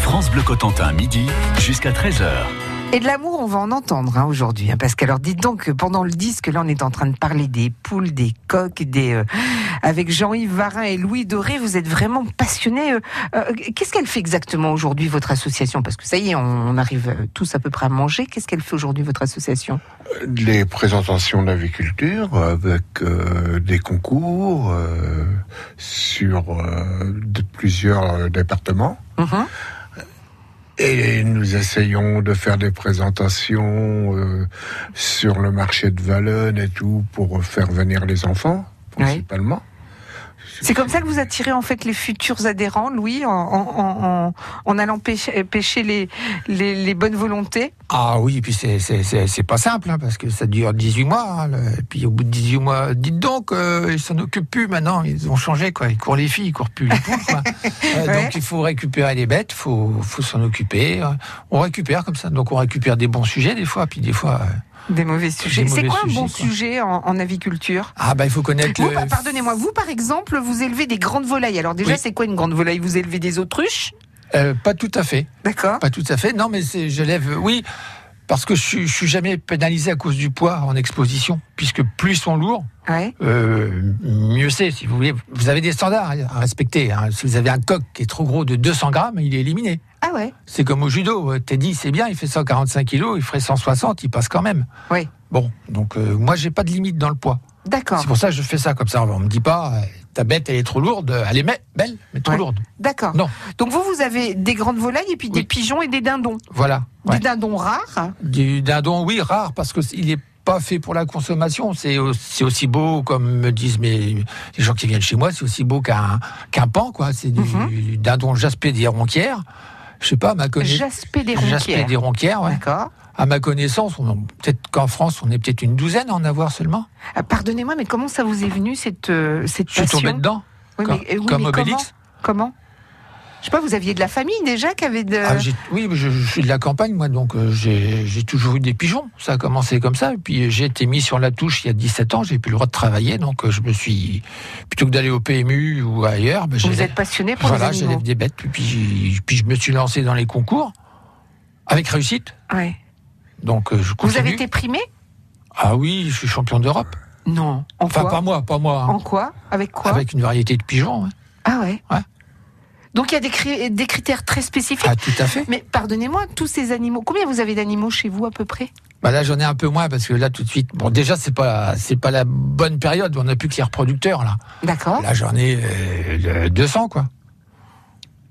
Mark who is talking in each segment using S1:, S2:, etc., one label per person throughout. S1: France Bleu Cotentin, midi jusqu'à 13h.
S2: Et de l'amour, on va en entendre hein, aujourd'hui. hein, parce que, alors, dites donc, que pendant le disque, là, on est en train de parler des poules, des coques, des. euh, avec Jean-Yves Varin et Louis Doré, vous êtes vraiment passionnés. euh, euh, Qu'est-ce qu'elle fait exactement aujourd'hui, votre association Parce que ça y est, on, on arrive euh, tous à peu près à manger. Qu'est-ce qu'elle fait aujourd'hui, votre association
S3: les présentations d'aviculture avec euh, des concours euh, sur euh, de plusieurs euh, départements.
S2: Mhm.
S3: Et nous essayons de faire des présentations euh, sur le marché de Valonne et tout pour faire venir les enfants,
S2: Oui.
S3: principalement.
S2: C'est comme ça que vous attirez en fait les futurs adhérents, Louis, en, en- en- en- en allant pêcher, pêcher les, les- les bonnes volontés.
S4: Ah oui, et puis c'est- c'est c'est- c'est pas simple, hein, parce que ça dure 18 mois. hein, le- et puis au bout de 18 mois, dites donc, euh, ils s'en occupent plus maintenant, ils ont changé, quoi. Ils courent les filles, ils courent plus les poules, quoi. Euh,
S2: Ouais.
S4: Donc il faut récupérer les bêtes, faut, faut s'en occuper. euh, On récupère comme ça, donc on récupère des bons sujets des fois, puis des fois... euh,
S2: Des mauvais sujets. C'est
S4: mauvais
S2: quoi un
S4: sujets,
S2: bon
S4: quoi.
S2: sujet en- en aviculture
S4: Ah bah il faut connaître
S2: Vous,
S4: le...
S2: par- pardonnez-moi, vous par exemple, vous élevez des grandes volailles. Alors déjà,
S4: Oui.
S2: c'est quoi une grande volaille Vous élevez des autruches
S4: Euh, pas tout à fait.
S2: D'accord.
S4: Pas tout à fait. Non, mais c'est- je lève, oui, parce que je, suis- je suis jamais pénalisé à cause du poids en exposition, puisque plus ils sont lourds,
S2: Ouais.
S4: euh, mieux c'est. Si vous voulez, vous avez des standards à respecter. hein. Si vous avez un coq qui est trop gros de 200 grammes, il est éliminé.
S2: Ah ouais.
S4: C'est comme au judo. euh, Teddy, c'est bien, il fait 145 kilos, il ferait 160, il passe quand même.
S2: Oui.
S4: Bon, donc euh, moi, j'ai pas de limite dans le poids.
S2: D'accord.
S4: C'est pour ça que je fais ça comme ça. On me dit pas, euh, ta bête, elle est trop lourde. euh, Elle est me- belle, mais trop
S2: Ouais.
S4: lourde.
S2: D'accord.
S4: Non.
S2: Donc vous, vous avez des grandes volailles et puis des
S4: Oui.
S2: pigeons et des dindons.
S4: Voilà. Ouais.
S2: Des dindons rares.
S4: Du dindon, oui, rare, parce qu'il n'est pas fait pour la consommation. C'est au- c'est aussi beau, comme me disent mes, les gens qui viennent chez moi, c'est aussi beau qu'un qu'un pan, quoi. C'est du
S2: Mhm.
S4: dindon jaspé des ronquières. Je sais pas, à ma connaissance.
S2: Jaspé des ronquières.
S4: des ronquières, ouais.
S2: D'accord.
S4: À ma connaissance, on en- peut-être qu'en France, on est peut-être une douzaine à en avoir seulement.
S2: Ah, Pardonnez-moi, mais comment ça vous est venu cette euh, cette
S4: Je suis
S2: passion
S4: tombé dedans,
S2: Oui,
S4: comme,
S2: mais- euh, oui,
S4: comme
S2: mais
S4: Obélix.
S2: Comment, comment Je sais pas. Vous aviez de la famille déjà qui avait de.
S4: Ah, j'ai- oui, mais je, je suis de la campagne, moi, donc euh, j'ai j'ai toujours eu des pigeons. Ça a commencé comme ça. Et puis euh, j'ai été mis sur la touche il y a 17 ans. J'ai plus le droit de travailler. Donc euh, je me suis. Plutôt que d'aller au PMU ou ailleurs, ben,
S2: vous
S4: j'élève-
S2: êtes passionné pour
S4: voilà,
S2: les animaux.
S4: j'élève des bêtes. Et puis, j'y- puis je me suis lancé dans les concours. Avec réussite.
S2: Ouais.
S4: Donc euh, je continue.
S2: Vous avez été primé
S4: Ah oui, je suis champion d'Europe.
S2: Non. En
S4: Enfin,
S2: quoi
S4: pas moi, pas moi. hein.
S2: En quoi Avec quoi
S4: Avec une variété de pigeons. hein.
S2: Ah ouais.
S4: Ouais.
S2: Donc il y a des, cri- des critères très spécifiques.
S4: Ah, tout à fait.
S2: Mais pardonnez-moi, tous ces animaux, combien vous avez d'animaux chez vous à peu près
S4: Bah là, j'en ai un peu moins parce que là, tout de suite. Bon, déjà, c'est pas, c'est pas la bonne période. On n'a plus que les reproducteurs, là.
S2: D'accord.
S4: Là, j'en ai euh, le 200,
S2: Mmh,
S4: quoi.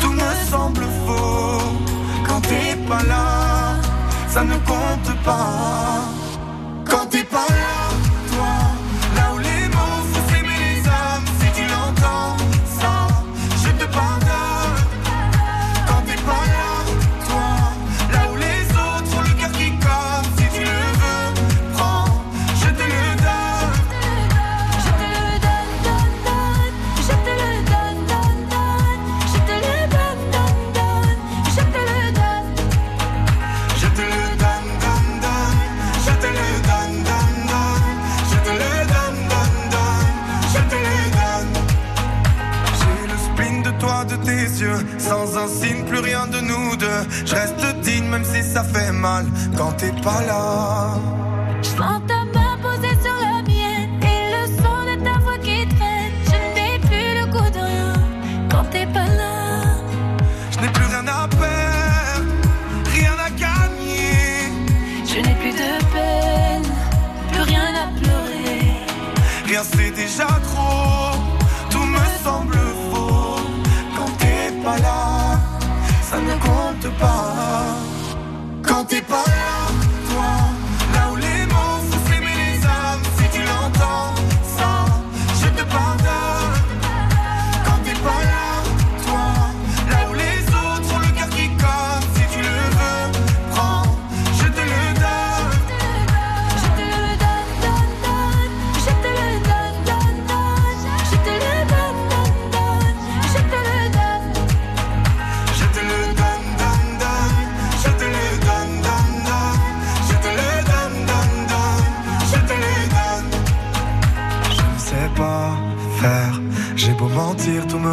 S5: tout me semble faux. Quand t'es pas là, ça ne compte pas. Quand t'es pas là, toi, là où les mots font s'aimer les âmes, si tu l'entends, ça, je te pardonne. Quand t'es pas là, toi, là où les autres ont le cœur qui cogne, si tu le veux, prends, je te le donne.
S6: Je te le donne, donne, donne. Je te le donne, donne, donne. Je te le donne, donne, donne. Je te le donne.
S5: Je te le donne, donne, donne. Je te le donne, donne, donne. Je te le donne, donne, donne. Je te le donne. J'ai le spleen de toi, de tes yeux. Sans un signe, plus rien de nous deux. Je reste digne, même si ça fait mal. Quand t'es pas là,
S6: Je sens ta main posée sur la mienne et le son de ta voix qui traîne. Je n'ai plus le goût de rien quand t'es pas là.
S5: je n'ai plus rien à perdre, rien à gagner.
S6: Je n'ai plus de peine, plus rien à pleurer.
S5: Rien c'est déjà trop, tout me semble faux. Quand t'es pas là, ça ne compte pas. Quand t'es pas là, toi, là où les mots font s'aimer les âmes, si tu l'entends, ça, je te pardonne. Quand t'es pas là, toi, là où les autres ont le cœur qui cogne, si tu le veux, prends, je te le donne.
S6: Je te le donne, donne, donne. Je te le donne, donne, donne. Je te le donne, donne, donne. Je te le donne.
S5: Je te le donne, donne, donne. Je te le donne, donne, donne. Je te le donne, donne, donne. Je te le donne. Je ne sais pas faire. J'ai beau mentir, tout me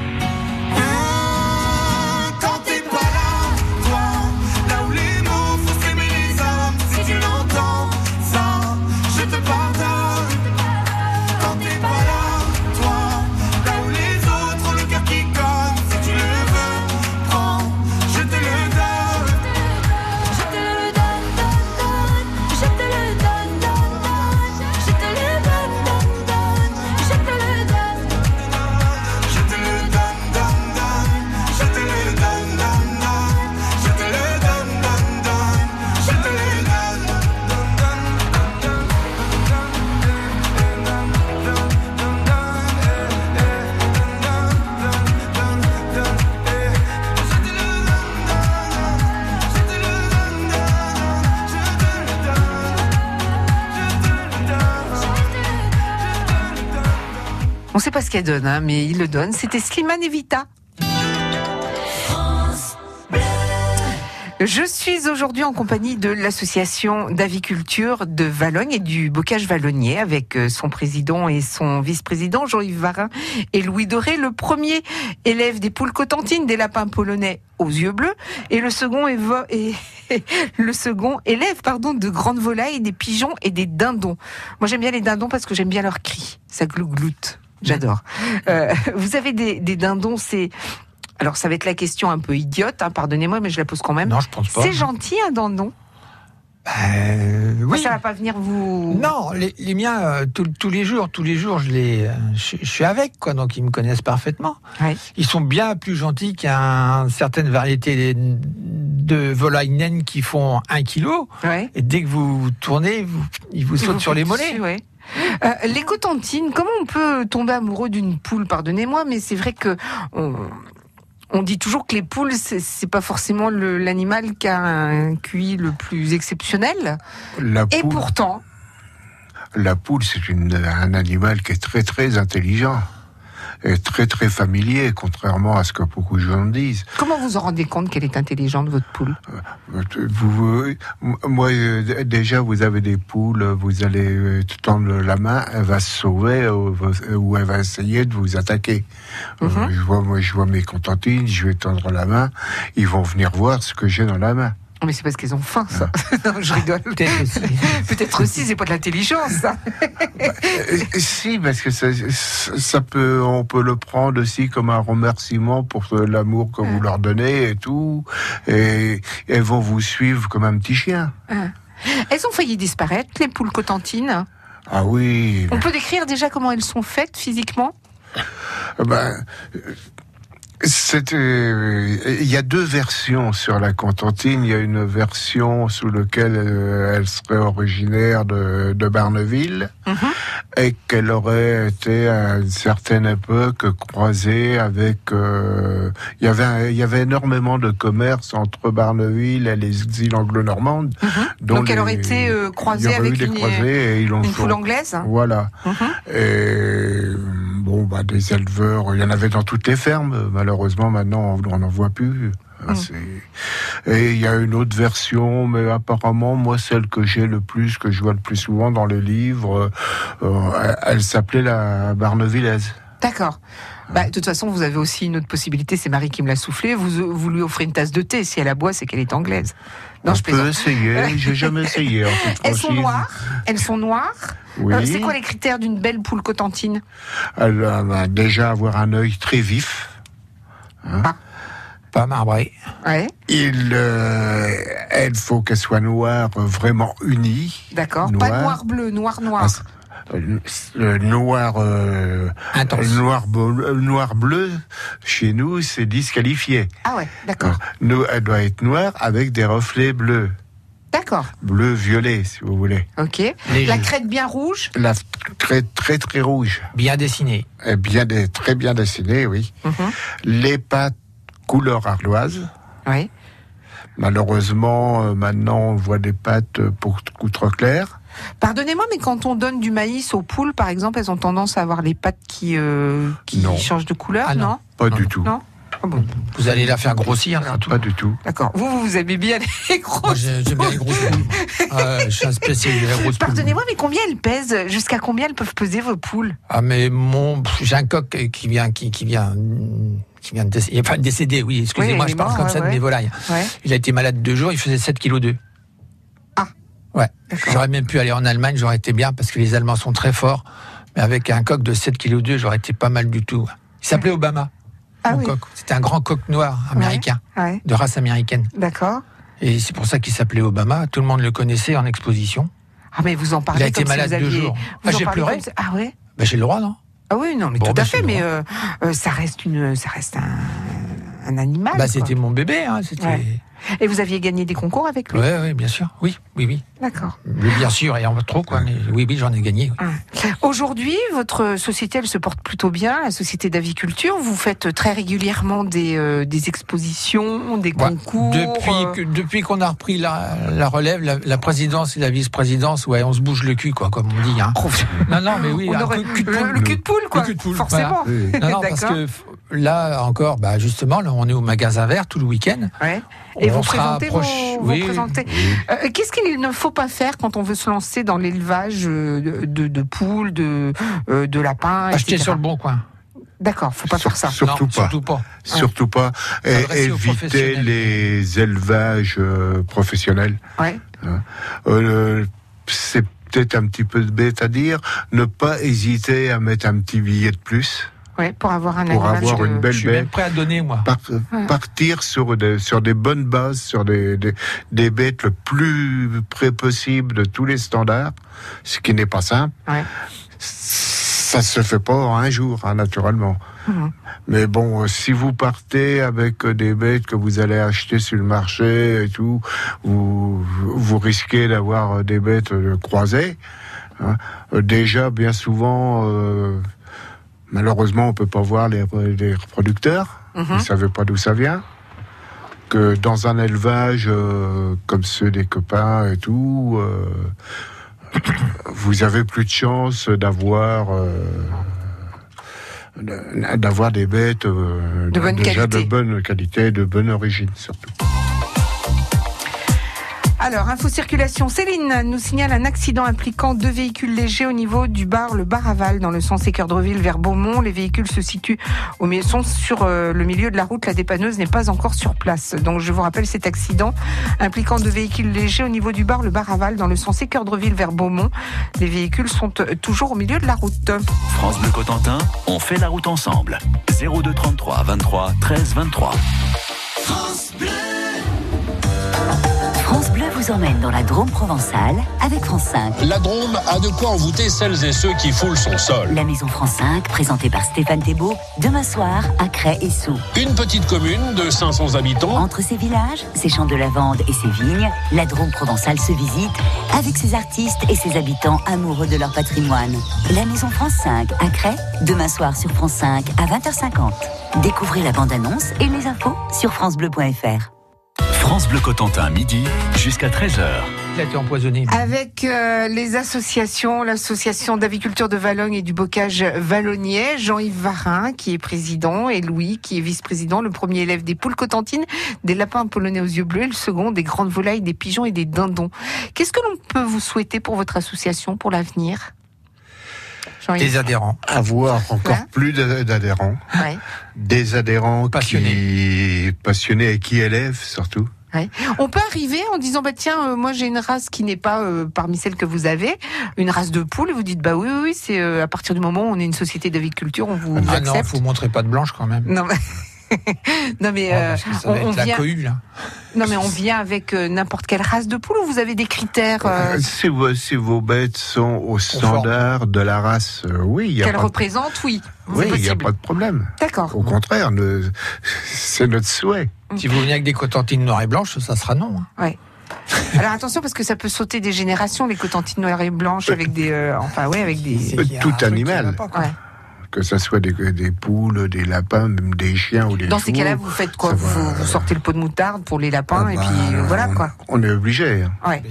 S5: Hein, Quand t'es pas là, toi, là où les mots font s'aimer les âmes, si tu l'entends, ça, je te pardonne. Quand t'es pas là, toi, là où les autres ont le cœur qui cogne, si tu le veux, prends, je te le donne.
S6: Je te le donne, donne, donne. Je te le donne, donne, donne. Je te le donne, donne, donne. Je te le donne.
S5: Je te le donne, donne, donne. Je te le donne, donne, donne. Je te le donne, donne, donne. Je te le donne, donne, donne.
S2: On sait pas ce qu'elle donne, hein, mais il le donne. C'était Slimane Evita. Je suis aujourd'hui en compagnie de l'association d'aviculture de Valogne et du bocage vallonnier avec euh, son président et son vice-président Jean-Yves Varin et Louis Doré, le premier élève des poules cotentines, des lapins polonais aux yeux bleus et le second, évo- et le second élève pardon, de grandes volailles, des pigeons et des dindons. Moi j'aime bien les dindons parce que j'aime bien leur cri, ça glougloute. J'adore. Euh, vous avez des, des dindons, c'est... Alors ça va être la question un peu idiote, hein, pardonnez-moi, mais je la pose quand même.
S4: Non, je pense pas.
S2: C'est gentil hein, un dandon.
S4: Euh,
S2: Moi,
S4: oui.
S2: ça va pas venir vous.
S4: Non, les, les miens, euh, tous- tous les jours, tous les jours, je les, euh, je, je suis avec, quoi. Donc ils me connaissent parfaitement.
S2: Ouais.
S4: Ils sont bien plus gentils qu'une certaine variété de volailles naines qui font un kilo.
S2: Ouais.
S4: Et dès que vous tournez, vous- ils vous sautent
S2: Vous
S4: sur les
S2: faites
S4: mollets.
S2: dessus, ouais. Euh, les cotentines, comment on peut tomber amoureux d'une poule Pardonnez-moi, mais c'est vrai que on, on dit toujours que les poules, c'est- c'est pas forcément le- l'animal qui a un QI le plus exceptionnel.
S3: La
S2: Et
S3: poule,
S2: pourtant,
S3: la poule c'est une- un animal qui est très très intelligent. est très très familier, contrairement à ce que beaucoup de gens disent.
S2: Comment vous en rendez compte qu'elle est intelligente, votre poule
S3: Vous- euh, moi, euh, déjà, vous avez des poules, vous allez euh, tendre la main, elle va se sauver euh, va- ou elle va essayer de vous attaquer. Euh,
S2: Mhm.
S3: je, vois, moi, je vois mes contentines, je vais tendre la main, ils vont venir voir ce que j'ai dans la main.
S2: Mais c'est parce qu'elles ont faim, ça. non, je rigole.
S4: Peut-être aussi.
S2: Peut-être aussi, c'est pas de l'intelligence, hein. ça.
S3: Euh, si, parce que ça, ça peut, on peut le prendre aussi comme un remerciement pour l'amour que vous leur donnez et tout. Et elles vont vous suivre comme un petit chien.
S2: Elles ont failli disparaître, les poules cotentines.
S3: Ah oui.
S2: On peut décrire déjà comment elles sont faites physiquement
S3: Ah Ben, euh, c'est, euh, il y a deux versions sur la contentine. Il y a une version sous laquelle euh, elle serait originaire de, de Barneville
S2: Mhm.
S3: et qu'elle aurait été à une certaine époque croisée avec. euh, il, y avait, un- il y avait énormément de commerce entre Barneville et les îles anglo-normandes. dont
S2: Mm-hmm. Donc elle
S3: les-
S2: aurait été euh, croisée
S3: il y aurait eu
S2: avec
S3: des
S2: une-
S3: croisés et ils l'ont
S2: Une poule
S3: chopée.
S2: anglaise
S3: Voilà.
S2: Mhm.
S3: Et euh, bon, bah, des éleveurs, il y en avait dans toutes les fermes. Malheureusement, maintenant, on n'en voit plus. Hein,
S2: Mm.
S3: c'est- Et il y a une autre version, mais apparemment, moi, celle que j'ai le plus, que je vois le plus souvent dans les livres, euh, euh, elle- elle s'appelait la Barnevillaise.
S2: D'accord. Bah, de toute façon, vous avez aussi une autre possibilité, c'est Marie qui me l'a soufflé, vous, vous lui offrez une tasse de thé, si elle aboie, c'est qu'elle est anglaise. Non,
S3: on
S2: je
S3: peut
S2: plaisante.
S3: essayer, j'ai jamais essayé. En toute
S2: Elles sont
S3: franchise.
S2: noires Elles sont noires
S3: Oui.
S2: Euh, C'est quoi les critères d'une belle poule cotentine
S3: Elle a bah, déjà avoir un œil très vif.
S4: Pas marbré.
S2: Ouais,
S3: Il, euh, elle faut qu'elle soit noire, euh, vraiment unie.
S2: d'accord. Pas
S3: Noir.
S2: noir-bleu, noir-noir.
S3: Ah, c'est- Euh, le noir, euh,
S4: Intense.
S3: le noir, bleu, le noir bleu, chez nous, c'est disqualifié.
S2: Ah ouais, d'accord.
S3: Nous, elle doit être noire avec des reflets bleus,
S2: D'accord,
S3: bleu-violet, si vous voulez.
S2: ok.
S4: Léger.
S2: La crête bien rouge
S3: La f- très, très, très rouge.
S4: Bien dessiné.
S3: Et bien, des- très bien dessinée, oui.
S2: Mhm.
S3: Les pattes couleur ardoise.
S2: Oui.
S3: Malheureusement, euh, maintenant, on voit des pattes euh, pour contre clair.
S2: Pardonnez-moi, mais quand on donne du maïs aux poules, par exemple, elles ont tendance à avoir les pattes qui, euh, qui
S3: Non.
S2: changent de couleur,
S4: Ah non.
S2: non,
S3: Pas
S4: Non,
S3: du
S4: non.
S3: tout.
S2: Non. Ah bon,
S4: Vous allez la faire grossir. c'est tout.
S3: Pas du tout.
S2: D'accord. Vous, vous, vous aimez bien les
S4: Moi,
S2: grosses
S4: j'ai- j'aime bien les grosses poules. Ah, je suis un spécialiste des grosses poules.
S2: Pardonnez-moi, mais combien elles pèsent Jusqu'à combien elles peuvent peser vos poules
S4: Ah mais mon, pff, j'ai un coq euh, qui vient, qui, qui vient, qui vient de décéder. Enfin, décédé, oui. Excusez-moi,
S2: Oui, il est
S4: je parle
S2: mort,
S4: comme
S2: ouais,
S4: ça
S2: ouais.
S4: de mes volailles.
S2: Ouais.
S4: Il a été malade deux jours. Il faisait 7 kg 2.
S2: Ah.
S4: Ouais.
S2: D'accord.
S4: J'aurais même pu aller en Allemagne. J'aurais été bien parce que les Allemands sont très forts. Mais avec un coq de 7 kg 2, j'aurais été pas mal du tout. Il s'appelait Obama.
S2: Ah
S4: mon
S2: oui.
S4: coq. C'était un grand coq noir américain.
S2: Ouais.
S4: De race américaine.
S2: D'accord.
S4: Et c'est pour ça qu'il s'appelait Obama. Tout le monde le connaissait en exposition.
S2: Ah mais vous en parlez
S4: Il a été
S2: comme si
S4: malade
S2: vous aviez-
S4: deux jours.
S2: vous
S4: Ah,
S2: en
S4: j'ai
S2: parlez
S4: pleuré.
S2: comme si- Ah ouais.
S4: Ben, j'ai le droit, non
S2: Ah oui, non, mais
S4: Bon,
S2: tout
S4: bah,
S2: à fait.
S4: c'est
S2: Mais
S4: bon.
S2: euh, euh, ça reste une, ça reste un, un animal.
S4: Bah,
S2: quoi.
S4: c'était mon bébé. Hein. C'était.
S2: Ouais. Et vous aviez gagné des concours avec lui.
S4: Ouais, ouais, bien sûr. Oui, oui, oui.
S2: D'accord.
S4: Mais bien sûr, et en trop, quoi. Mais oui, oui, j'en ai gagné. oui.
S2: Aujourd'hui, votre société, elle se porte plutôt bien, la société d'aviculture. Vous faites euh, très régulièrement des, euh, des expositions, des
S4: Voilà.
S2: concours. euh,
S4: Depuis que- depuis qu'on a repris la, la relève, la, la présidence et la vice-présidence, ouais, on se bouge le cul, quoi, comme on dit. Hein. Non, non, mais oui,
S2: on
S4: un
S2: aurait-
S4: cul- cul de
S2: le-
S4: poule.
S2: le cul de poule, quoi.
S4: cul de poule,
S2: forcément.
S3: Oui.
S4: Non, non, parce
S2: D'accord.
S4: que f- là encore, bah, justement, là, on est au magasin vert tout le week-end.
S2: Ouais. Et
S4: On
S2: vous
S4: se
S2: présentez, vos-
S4: rapproche-
S2: vous,
S4: oui,
S2: présentez. Euh, Qu'est-ce qu'il ne faut pas faire quand on veut se lancer dans l'élevage euh, de, de- de poules, de, euh, de lapins,
S4: Acheter
S2: etc.
S4: sur le bon coin.
S2: D'accord, faut pas faire ça.
S3: Surtout
S4: Non,
S3: pas.
S4: Surtout pas.
S3: Surtout pas. Et
S4: Ah. S'adresser aux
S3: éviter
S4: professionnels.
S3: les élevages euh, professionnels.
S2: Ouais.
S3: Euh, le- c'est peut-être un petit peu bête à dire. Ne pas hésiter à mettre un petit billet de plus
S2: Ouais, pour avoir un
S3: pour
S2: animal
S3: avoir
S2: de-
S3: une
S4: Je
S3: belle
S4: suis même
S3: bête.
S4: prêt à donner, moi.
S3: Par- euh, Partir sur des, sur des bonnes bases, sur des, des, des bêtes le plus près possible de tous les standards, ce qui n'est pas simple.
S2: Ouais.
S3: Ça se fait pas en un jour, hein, naturellement.
S2: Mhm.
S3: Mais bon, euh, si vous partez avec euh, des bêtes que vous allez acheter sur le marché et tout, vous, vous risquez d'avoir euh, des bêtes euh, croisées. hein. Euh, Déjà, bien souvent, euh, malheureusement, on peut pas voir les, les reproducteurs. Ils
S2: Mhm.
S3: ne savent pas d'où ça vient. Que dans un élevage euh, comme ceux des copains et tout, euh, vous avez plus de chances d'avoir euh, d'avoir des bêtes euh,
S2: De bonne
S3: déjà
S2: qualité.
S3: de bonne qualité, de bonne origine surtout.
S2: Alors, info circulation. Céline nous signale un accident impliquant deux véhicules légers au niveau du bar Le Baraval dans le sens Équerdreville vers Beaumont. Les véhicules se situent au milieu, sont sur euh, le milieu de la route. La dépanneuse n'est pas encore sur place. Donc, je vous rappelle cet accident impliquant deux véhicules légers au niveau du bar Le Baraval dans le sens Équerdreville vers Beaumont. Les véhicules sont euh, toujours au milieu de la route.
S1: France Bleu Cotentin, on fait la route ensemble. 0233 23 13 23.
S7: France Bleu vous emmène dans la Drôme provençale avec France 5.
S8: La Drôme a de quoi envoûter celles et ceux qui foulent son sol.
S7: La Maison France 5, présentée par Stéphane Thébault, demain soir à Cray et Sceaux.
S8: Une petite commune de 500 habitants,
S7: Entre ses villages, ses champs de lavande et ses vignes, la Drôme provençale se visite avec ses artistes et ses habitants amoureux de leur patrimoine. La Maison France 5 à Cray, demain soir sur France 5 à 20h50. Découvrez la bande-annonce et les infos sur francebleu.fr.
S1: France Bleu Cotentin, midi jusqu'à 13h.
S4: Il a été empoisonné.
S2: Avec euh, les associations, l'association d'aviculture de Valognes et du bocage vallonnier, Jean-Yves Varin qui est président et Louis qui est vice-président, le premier élève des poules cotentines, des lapins polonais aux yeux bleus et le second des grandes volailles, des pigeons et des dindons. Qu'est-ce que l'on peut vous souhaiter pour votre association pour l'avenir
S4: Des
S2: Jean-Yves
S4: adhérents.
S3: Avoir encore
S2: Hein
S3: plus d'a- d'adhérents,
S2: Ouais.
S3: des adhérents qui passionnés et qui élèvent surtout.
S2: On peut arriver en disant bah tiens euh, moi j'ai une race qui n'est pas euh, parmi celles que vous avez, une race de poule. et Vous dites bah oui oui, oui, c'est euh, à partir du moment où on est une société d'aviculture on vous
S4: Ah non,
S2: accepte.
S4: faut montrer pas de blanche quand même.
S2: Non mais, non, mais,
S4: Oh,
S2: euh,
S4: parce que ça
S2: on,
S4: va
S2: on
S4: être la
S2: vient,
S4: cohue là.
S2: non mais on vient avec euh, n'importe quelle race de poule ou vous avez des critères euh,
S3: Si, vos, si vos bêtes sont au standard de la race, euh, oui, il n'y a,
S2: qu'elles
S3: pas de-
S2: représentent Oui, c'est
S3: oui, il y a
S2: possible.
S3: pas de problème.
S2: D'accord.
S3: Au contraire, ne- c'est notre souhait.
S4: Si vous venez avec des cotentines noires et blanches, ça sera non. hein.
S2: Alors attention parce que ça peut sauter des générations les cotentines noires et blanches avec des euh, enfin ouais avec des
S4: C'est qu'il y a
S3: Euh, Tout
S4: un truc qui
S3: animal.
S4: va pas, quoi.
S2: Ouais.
S3: Que ce soit des, des poules, des lapins, même des chiens ou des
S2: dans ces
S3: chevaux,
S2: cas-là, vous faites quoi
S3: ça
S2: vous,
S3: va.
S2: vous sortez le pot de moutarde pour les lapins
S3: ah
S2: et
S3: bah,
S2: puis euh, voilà quoi.
S3: On est obligé. hein.
S2: Ouais.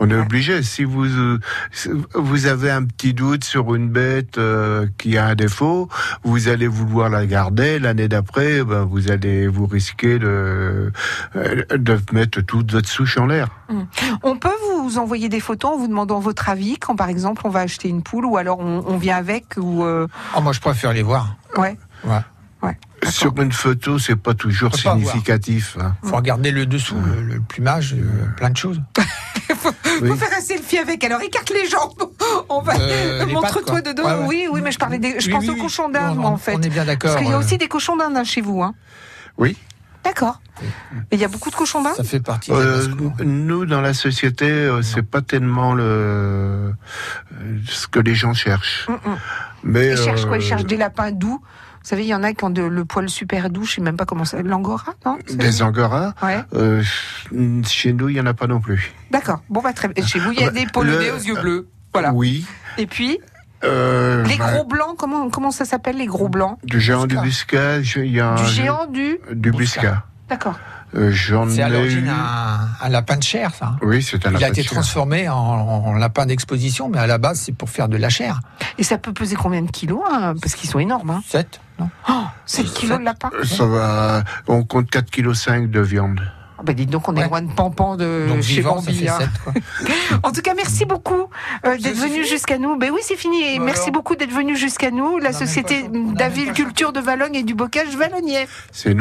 S3: On est obligé. Si vous euh, si vous avez un petit doute sur une bête euh, qui a un défaut, vous allez vouloir la garder. L'année d'après, ben, vous allez vous risquer de euh, de mettre toute votre souche en l'air.
S2: On peut vous envoyer des photos en vous demandant votre avis quand par exemple on va acheter une poule ou alors on, on vient avec ou euh,
S4: Oh, moi, je préfère les voir.
S2: ouais.
S4: Ouais.
S3: Sur une photo, c'est pas toujours
S4: Faut pas voir.
S3: significatif. hein.
S2: Mm.
S4: Faut regarder le dessous, le, le plumage, euh, plein de choses.
S3: Oui.
S2: Faut faire un selfie avec. Alors écarte les jambes. On va
S4: Euh, les pattes,
S2: Bah, montre-toi
S4: quoi.
S2: dedans.
S4: Ouais, ouais.
S2: Oui, oui, mais je parlais des. Je
S4: Oui,
S2: pense
S4: oui,
S2: aux
S4: oui.
S2: cochons d'Inde,
S4: On-
S2: moi, en
S4: on-
S2: fait.
S4: On est bien d'accord.
S2: Parce qu'il y a
S4: euh,
S2: aussi des cochons d'Inde hein, chez vous. Hein.
S3: Oui.
S2: D'accord. Mais il y a beaucoup de cochons d'Inde.
S4: Ça fait partie. de la
S3: Euh,
S4: basse-cour.
S3: nous, dans la société, euh, c'est pas tellement le euh, ce que les gens cherchent.
S2: Mm, mm.
S3: Mais
S2: Ils cherchent quoi Ils
S3: euh,
S2: cherchent des lapins doux. Vous savez, il y en a qui ont de- le poil super doux. Je sais même pas comment ça. L'angora, non C'est-
S3: des angoras.
S2: Ouais.
S3: euh, chez nous, il y en a pas non plus.
S2: D'accord. Bon, bah très bien. Chez vous, il y a
S3: Euh,
S2: des polonais
S3: le-
S2: aux yeux bleus. Voilà.
S3: Oui.
S2: Et puis
S3: Euh,
S2: les
S3: bah,
S2: gros blancs. Comment comment ça s'appelle les gros blancs
S3: Du géant du Busca, il y a
S2: Du
S3: un-
S2: géant du.
S3: du Busca.
S2: D'accord.
S3: Euh, J'en
S4: C'est à
S3: ai
S4: l'origine
S3: eu.
S4: un, un lapin de chair, ça.
S3: Oui, c'est un
S4: Il a
S3: lapin
S4: été
S3: de chair.
S4: transformé en, en lapin d'exposition, mais à la base, c'est pour faire de la chair.
S2: Et ça peut peser combien de kilos hein Parce qu'ils sont énormes. Hein.
S4: 7 non
S2: 7 kilos de lapin.
S3: Ça va. On compte 4,5 kg de viande.
S2: Ah bah dites donc, on est
S4: Ouais.
S2: loin de Pampan de
S4: Donc
S2: chez
S4: vivant, ça
S2: Bambi.
S4: fait
S2: hein.
S4: 7. Quoi.
S2: En tout cas, merci beaucoup euh, d'être
S4: c'est
S2: venu
S4: fini
S2: jusqu'à nous. Ben oui, c'est fini. Et
S4: Bah
S2: merci
S4: alors.
S2: beaucoup d'être venu jusqu'à nous, la
S4: On a même pas
S2: Société
S4: changé- on a même pas
S2: d'aviculture de Valogne et du Bocage Vallonnier.
S3: C'est